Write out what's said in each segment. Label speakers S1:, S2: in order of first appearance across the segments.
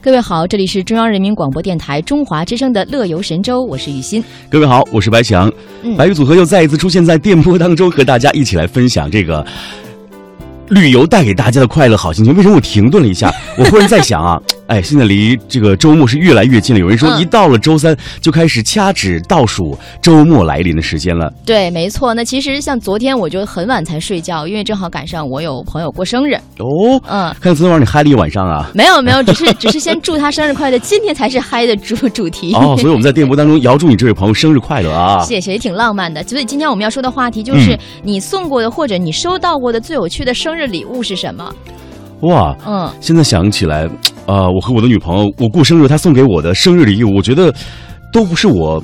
S1: 各位好，这里是中央人民广播电台中华之声的《乐游神州》，我是雨欣。
S2: 各位好，我是白强。
S1: 嗯
S2: 白玉组合又再一次出现在电波当中，和大家一起来分享这个旅游带给大家的快乐好心情。为什么我停顿了 一下？我忽然在想啊， 哎，现在离这个周末是越来越近了。有人说，
S1: 嗯
S2: 一到了周三就开始掐指倒数周末来临的时间了。
S1: 对，没错。那其实像昨天我就很晚才睡觉，因为正好赶上我有朋友过生日。
S2: 哦，
S1: 嗯，
S2: 看昨天晚上你嗨了一晚 上啊。
S1: 没有没有，只 是只是先祝他生日快乐，今天才是嗨的主 主题。
S2: 哦，所以我们在电波当中遥祝你这位朋友生日快乐啊！
S1: 谢谢，也挺浪漫的。所以今天我们要说的话题就是
S2: 嗯
S1: 你送过的或者你收到过的最有趣的生日礼物是什么？
S2: 哇，
S1: 嗯，
S2: 现在想起来，呃，我和我的女朋友，我过生日，她送给我的生日礼物，我觉得都不是我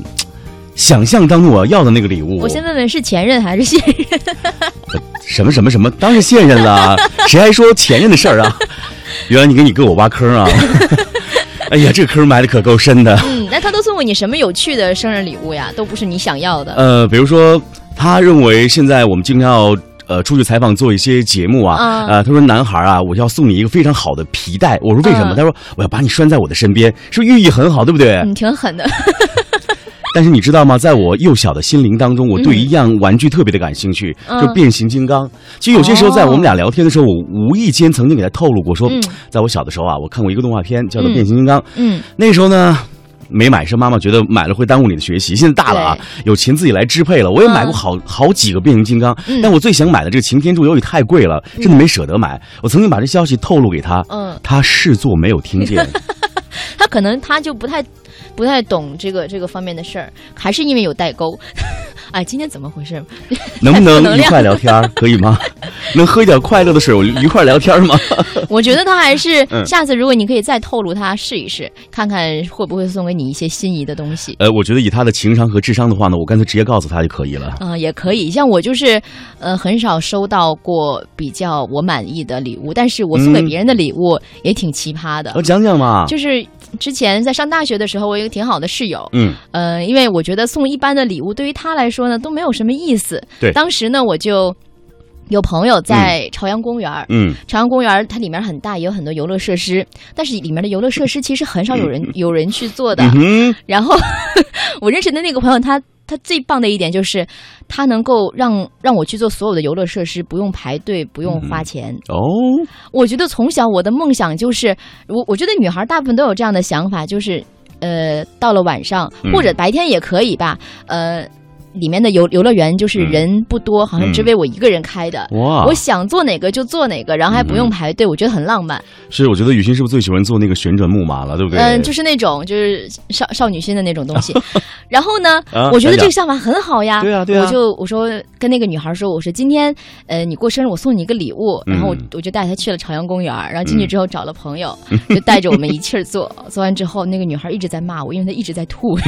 S2: 想象当中我要的那个礼物。
S1: 我先问问是前任还是现 任？
S2: 什么什么什么，当然是现任 了，谁还说前任的事儿啊？原来你给你哥我挖坑 啊！哎呀，这坑埋的可够深的。
S1: 嗯，那他都送过你什么有趣的生日礼物呀？都不是你想要的。
S2: 呃，比如说，他认为现在我们经常要。呃，出去采访做一些节目啊，
S1: 嗯
S2: 呃，他说男孩啊，我要送你一个非常好的皮带。我说为什么？
S1: 嗯
S2: 他说我要把你拴在我的身边，是不是寓意很好，对不对？
S1: 嗯，挺狠 的。
S2: 但是你知道吗？在我幼小的心灵当中，我对一样玩具特别的感兴趣，
S1: 嗯
S2: 就变形金刚。其实有些时候，在我们俩聊天的时候，我无意间曾经给他透露过说，
S1: 哦嗯
S2: 在我小的时候啊，我看过一个动画片叫做
S1: 嗯
S2: 《变形金刚》，
S1: 嗯，
S2: 那时候呢。没买是妈妈觉得买了会耽误你的学习。现在大了啊，有钱自己来支配了。我也买过好、好几个变形金刚，
S1: 嗯
S2: 但我最想买的这个擎天柱由于太贵了，真的没舍得买。我曾经把这消息透露给他，
S1: 嗯
S2: 他视作没有听见。
S1: 他可能他就不太不太懂这个这个方面的事儿，还是因为有代沟。 哎，今天怎么回事？
S2: 能不能
S1: 能
S2: 愉
S1: 量
S2: 快聊天儿，可以 吗？能喝一点快乐的水，我愉快聊天儿吗？
S1: 我觉得他还是、
S2: 嗯
S1: 下次如果你可以再透露他试一试，看看会不会送给你一些心仪的东西。
S2: 呃，我觉得以他的情商和智商的话呢，我干脆直接告诉他就可以了。
S1: 嗯、也可以。像我就是，呃，很少收到过比较我满意的礼物，但是我送给
S2: 嗯哦
S1: 别人的礼物也挺奇葩的。
S2: 我讲讲嘛，
S1: 就是之前在上大学的时候，我有一个挺好的室友，
S2: 嗯，
S1: 呃，因为我觉得送一般的礼物对于他来说呢都没有什么意思。
S2: 对
S1: 当时呢我就有朋友在朝阳公园儿。
S2: 嗯，
S1: 朝阳公园儿它里面很大，也有很多游乐设施，但是里面的游乐设施其实很少有人有人去做的。
S2: 嗯嗯哼，
S1: 然后我认识的那个朋友，他他最棒的一点就是，他能够让让我去做所有的游乐设施，不用排队，不用花钱。
S2: 哦，
S1: 我觉得从小我的梦想就是，我我觉得女孩大部分都有这样的想法，就是呃，到了晚上
S2: 嗯
S1: 或者白天也可以吧，呃，里面的游游乐园就是
S2: 嗯啊
S1: 人不多，好像只为我一个人开的。
S2: 哇
S1: 我！想做哪个就做哪个，然后还
S2: 嗯
S1: 不用排队，我觉得很浪漫。
S2: 是，我觉得雨欣是不是最喜欢做那个旋转木马了，对不对？
S1: 嗯，就是那种就是少少女心的那种东 西。然后呢，
S2: 啊
S1: 我觉得
S2: 讲
S1: 这个想法很好呀。
S2: 对啊对啊
S1: 我就我说跟那个女孩说，我说今天呃你过生日，我送你一个礼物。
S2: 嗯
S1: 然后我我就带她去了朝阳公园，然后进去之后找了朋 友，就带着我们一气儿做。做完之后，那个女孩一直在骂我，因为她一直在 吐。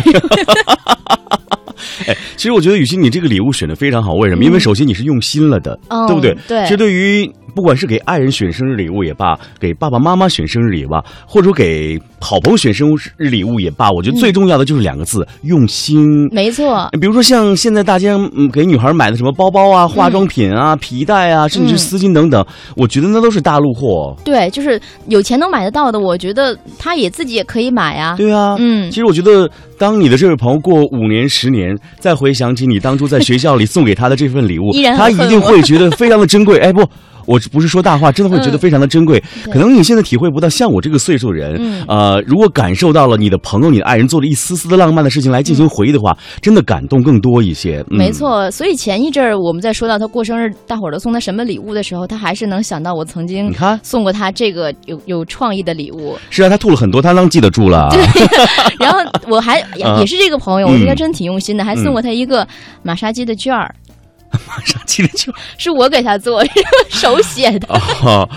S2: 其实我觉得雨欣，你这个礼物选的非常好，为什么？因为首先你是用心了的，
S1: 嗯
S2: 对不对？
S1: 对
S2: 其实对于不管是给爱人选生日礼物也罢，给爸爸妈妈选生日礼物也罢，或者说给好朋友选生日礼物也罢，我觉得最重要的就是两个字：用心。
S1: 没错，
S2: 比如说像现在大街上嗯给女孩买的什么包包啊、化妆品啊、皮带啊，甚至是丝巾等等，我觉得那都是大陆货。
S1: 对，就是有钱能买得到的，我觉得她也自己也可以买呀。
S2: 对啊，
S1: 嗯
S2: 其实我觉得，当你的这位朋友过五年、十年，再回想起你当初在学校里送给他的这份礼物
S1: 依然，
S2: 他
S1: 很
S2: 一
S1: 恨
S2: 定
S1: 我
S2: 会觉得非常的珍贵。 哎，不。我不是说大话，真的会觉得
S1: 嗯
S2: 非常的珍贵。
S1: 对
S2: 可能你现在体会不到，像我这个岁数的人，
S1: 嗯
S2: 呃，如果感受到了你的朋友、你的爱人做了一丝丝的浪漫的事情来进行回忆的话，真的感动更多一些。
S1: 嗯
S2: 嗯
S1: 没，错，所以前一阵儿我们在说到他过生日，大伙儿都送他什么礼物的时候，他还是能想到我曾经
S2: 你看
S1: 送过他这个有有创意的礼物。
S2: 是啊，他吐了很多，他当记得住 了。
S1: 然后我还也
S2: 啊
S1: 也是这个朋友，我觉得他
S2: 嗯
S1: 真挺用心的，还送过他一个马杀鸡的券儿，
S2: 啥记得住？
S1: 是我给他做 手写的。
S2: 哦，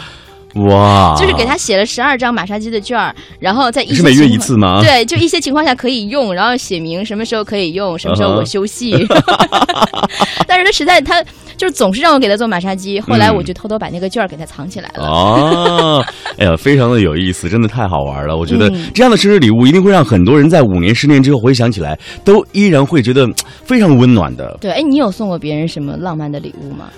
S2: 哇，
S1: 就是给他写了十二张马杀鸡的券儿，然后在一些
S2: 啊是每月
S1: 情
S2: 一
S1: 况
S2: 次啊吗？
S1: 对，就一些情况下可以用，然后写明什么时候可以用，什么时
S2: 嗯
S1: 候我休息。 但是他实在他就是总是让我给他做马杀鸡，后来我
S2: 嗯
S1: 就偷偷把那个券儿给他藏起来了。
S2: 哦，哎呀，非常的有意思，真的太好玩了。我觉得
S1: 嗯
S2: 这样的生日礼物一定会让很多人在五年、十年之后回想起来，都依然会觉得嗯非常温暖的。
S1: 对，哎，你有送过别人什么浪漫的礼物吗？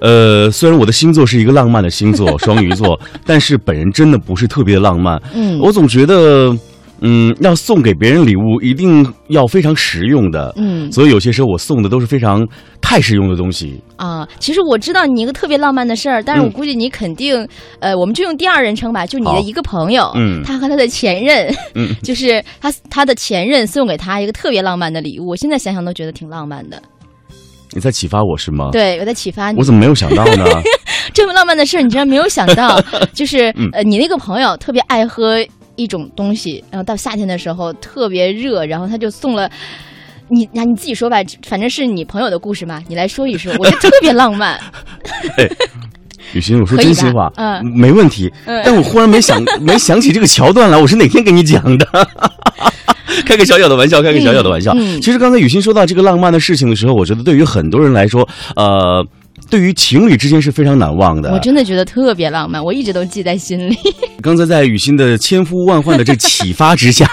S2: 呃，虽然我的星座是一个浪漫的星座，双鱼 座，但是本人真的不是特别浪漫。
S1: 嗯
S2: 我总觉得，嗯，要送给别人礼物，一定要非常实用的。
S1: 嗯
S2: 所以有些时候我送的都是非常太实用的东西。
S1: 啊，其实我知道你一个特别浪漫的事儿，但是我
S2: 嗯
S1: 估计你肯定，呃，我们就用第二人称吧，就你
S2: 好
S1: 的一个朋友，
S2: 嗯
S1: 他和他的前任，
S2: 嗯
S1: 就是他他的前任送给他一个特别浪漫的礼物，我现在想想都觉得挺浪漫的。
S2: 你在启发我是吗？
S1: 对，我在启发你
S2: 我，怎么没有想到呢？
S1: 这么浪漫的事儿，你居然没有想 到，就是
S2: 嗯
S1: 呃，你那个朋友特别爱喝一种东西，然后到夏天的时候特别热，然后他就送了。你呀，你自己说吧，反正是你朋友的故事嘛，你来说一说，我觉得特别浪 漫。
S2: 雨欣，我说
S1: 可以
S2: 真心
S1: 吧
S2: 话，
S1: 嗯
S2: 没问题。
S1: 嗯
S2: 但我忽然 没想没想起这个桥段来，我是哪天跟你讲的？ 开个小小的玩笑，开个小小的玩笑。
S1: 嗯嗯
S2: 其实刚才雨欣说到这个浪漫的事情的时候，我觉得对于很多人来说，呃，对于情侣之间是非常难忘的。
S1: 我真的觉得特别浪漫，我一直都记在 心里。
S2: 刚才在雨欣的千呼万唤的这启发 之下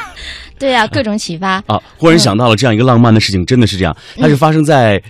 S1: 对呀、各种启发。
S2: 啊，忽然想到了这样一个浪漫的事情，真的是这样，它是发生在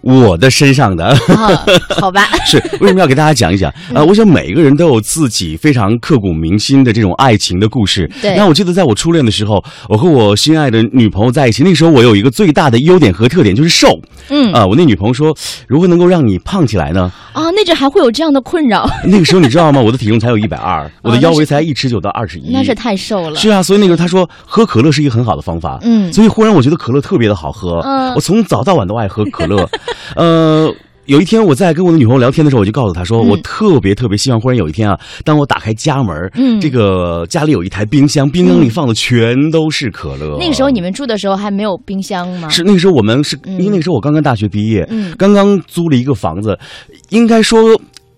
S2: 我的身上的。
S1: 啊，好 吧，
S2: 是为什么要给大家讲一讲？
S1: 嗯
S2: 呃，我想每个人都有自己非常刻骨铭心的这种爱情的故事。
S1: 对
S2: 那我记得在我初恋的时候，我和我心爱的女朋友在一起，那时候我有一个最大的优点和特点就是瘦。
S1: 嗯
S2: 啊、我那女朋友说，如何能够让你胖起来呢？
S1: 啊，那阵还会有这样的困扰，
S2: 那个时候你知道吗？我的体重才有一百二，我的
S1: 哦那
S2: 腰
S1: 是
S2: 围才一尺九到二十一。
S1: 那是太瘦了。
S2: 嗯是啊，所以那个他说喝可乐是一个很好的方法，
S1: 嗯
S2: 所以忽然我觉得可乐特别的好喝，
S1: 嗯
S2: 我从早到晚都爱喝可乐， 呃。有一天我在跟我的女朋友聊天的时候，我就告诉她说，
S1: 嗯
S2: 我特别特别希望忽然有一天啊，当我打开家门，
S1: 嗯
S2: 这个家里有一台冰箱，冰箱里放的全都是可乐。
S1: 那个时候你们住的时候还没有冰箱吗？
S2: 是那个时候我们是、
S1: 嗯
S2: 因为那个时候我刚刚大学毕业，
S1: 嗯
S2: 刚刚租了一个房子，应该说。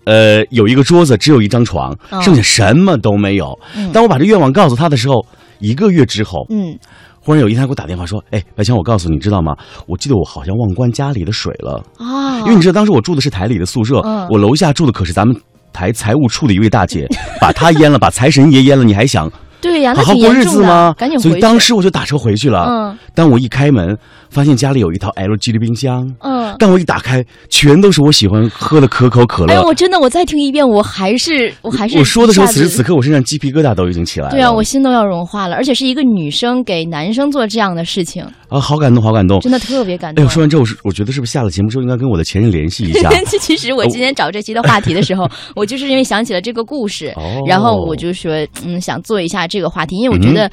S2: 呃，有一个桌子，只有一张床，
S1: 哦
S2: 剩下什么都没有。
S1: 嗯
S2: 当我把这愿望告诉他的时候，一个月之后，
S1: 嗯，
S2: 忽然有一天他给我打电话说：“哎，白强，我告诉你，知道吗？我记得我好像忘关家里的水了，
S1: 啊，
S2: 因为你知道当时我住的是台里的宿舍，
S1: 嗯
S2: 我楼下住的可是咱们台财务处的一位大姐，把她淹了，把财神爷淹了，你还想
S1: 对呀、
S2: 好
S1: 啊那
S2: 好
S1: 挺
S2: 过
S1: 严
S2: 日
S1: 重
S2: 子
S1: 的，
S2: 吗？
S1: 赶紧回
S2: 所
S1: 去。
S2: 以当时我啊就打车回去了。
S1: 嗯
S2: 当我一开门，发现家里有一套 LG 的冰箱，
S1: 嗯，
S2: 但我一打开，全都是我喜欢喝的可口可乐。
S1: 哎，我真的，我再听一遍，我还是，我还是，
S2: 我说的时候，此时此
S1: 刻，
S2: 刻我身上鸡皮疙瘩都已经起来了。
S1: 对啊，我心都要融化了，而且是一个女生给男生做这样的事情，
S2: 啊，好感动，好感动。
S1: 真的特别感
S2: 哎，
S1: 动。
S2: 我说完之后，我是我觉得是不是下了节目之后应该跟我的前任联系一 下？哦
S1: 其其实我今天找这期的话题的时 候，我就是因为想起了这个故事，
S2: 哦
S1: 然后我就说，嗯，想做一下这个话题，因为我觉
S2: 嗯
S1: 得，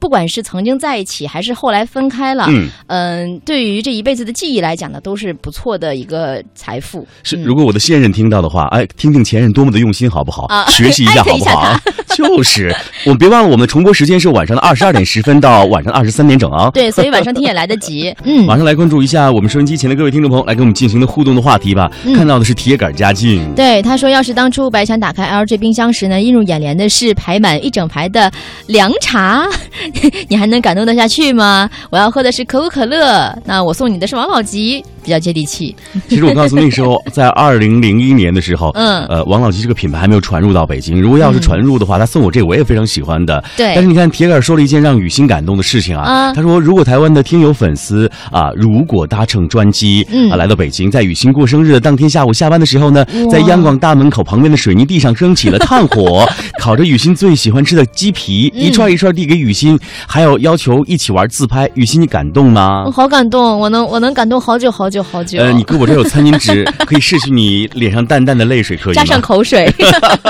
S1: 不管是曾经在一起，还是后来分开了，
S2: 嗯，
S1: 嗯、对于这一辈子的记忆来讲呢，都是不错的一个财富。
S2: 是，
S1: 嗯
S2: 如果我的现任听到的话，哎，听听前任多么的用心，好不好？
S1: 啊
S2: 学习一下，
S1: 艾特
S2: 好
S1: 一
S2: 不
S1: 下
S2: 好？就是，我们别忘了我们的重播时间是晚上的二十二点十分到晚上的二十三点整啊。
S1: 对，所以晚上听也来得 及。嗯，
S2: 马上来关注一下我们收音机前的各位听众朋友，来跟我们进行的互动的话题吧。
S1: 嗯
S2: 看到的是铁杆家境，
S1: 对，他说，要是当初白强打开 LG 冰箱时呢，映入眼帘的是排满一整排的凉茶， 你还能感动得下去吗？我要喝的是可口可乐，那我送你的是王老吉，比较接地气。
S2: 其实我告诉那 时候，在二零零一年的时候，
S1: 嗯
S2: 呃，王老吉这个品牌还没有传入到北京。如果要是传入的话，他送我这个我也非常喜欢的。
S1: 对
S2: 但是你看，铁杆说了一件让雨欣感动的事情啊，
S1: 啊
S2: 他说如果台湾的听友粉丝啊，如果搭乘专机、
S1: 嗯
S2: 啊来到北京，在雨欣过生日的当天下午下班的时候呢，在央广大门口旁边的水泥地上升起了炭火， 烤着雨欣最喜欢吃的鸡皮，
S1: 嗯
S2: 一串一串递给雨欣，还有要求一起玩自拍。雨欣，你感动吗？
S1: 嗯我好感动，我能我能感动好久好久好久。
S2: 呃，你胳膊这有餐巾 纸，可以拭去你脸上淡淡的泪水，可以吗？
S1: 加上口水，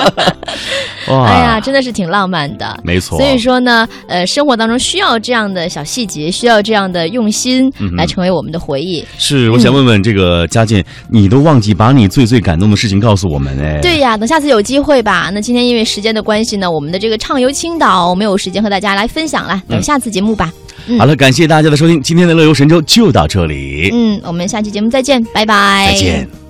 S2: 哇，
S1: 哎呀，真的是挺浪漫的。
S2: 没错。
S1: 所以说呢，呃，生活当中需要这样的小细节，需要这样的用心
S2: 嗯哼
S1: 来成为我们的回忆。
S2: 是，
S1: 嗯
S2: 我想问问这个佳健，你都忘记把你最最感动的事情告诉我们哎？，
S1: 对呀，等下次有机会吧。那今天因为时间的关系呢，我们的这个畅游青岛没有时间和大家来分享了，等下次节目吧。嗯
S2: 好了，
S1: 嗯
S2: 感谢大家的收听，今天的乐游神州就到这里，
S1: 嗯，我们下期节目再见，拜拜，
S2: 再见。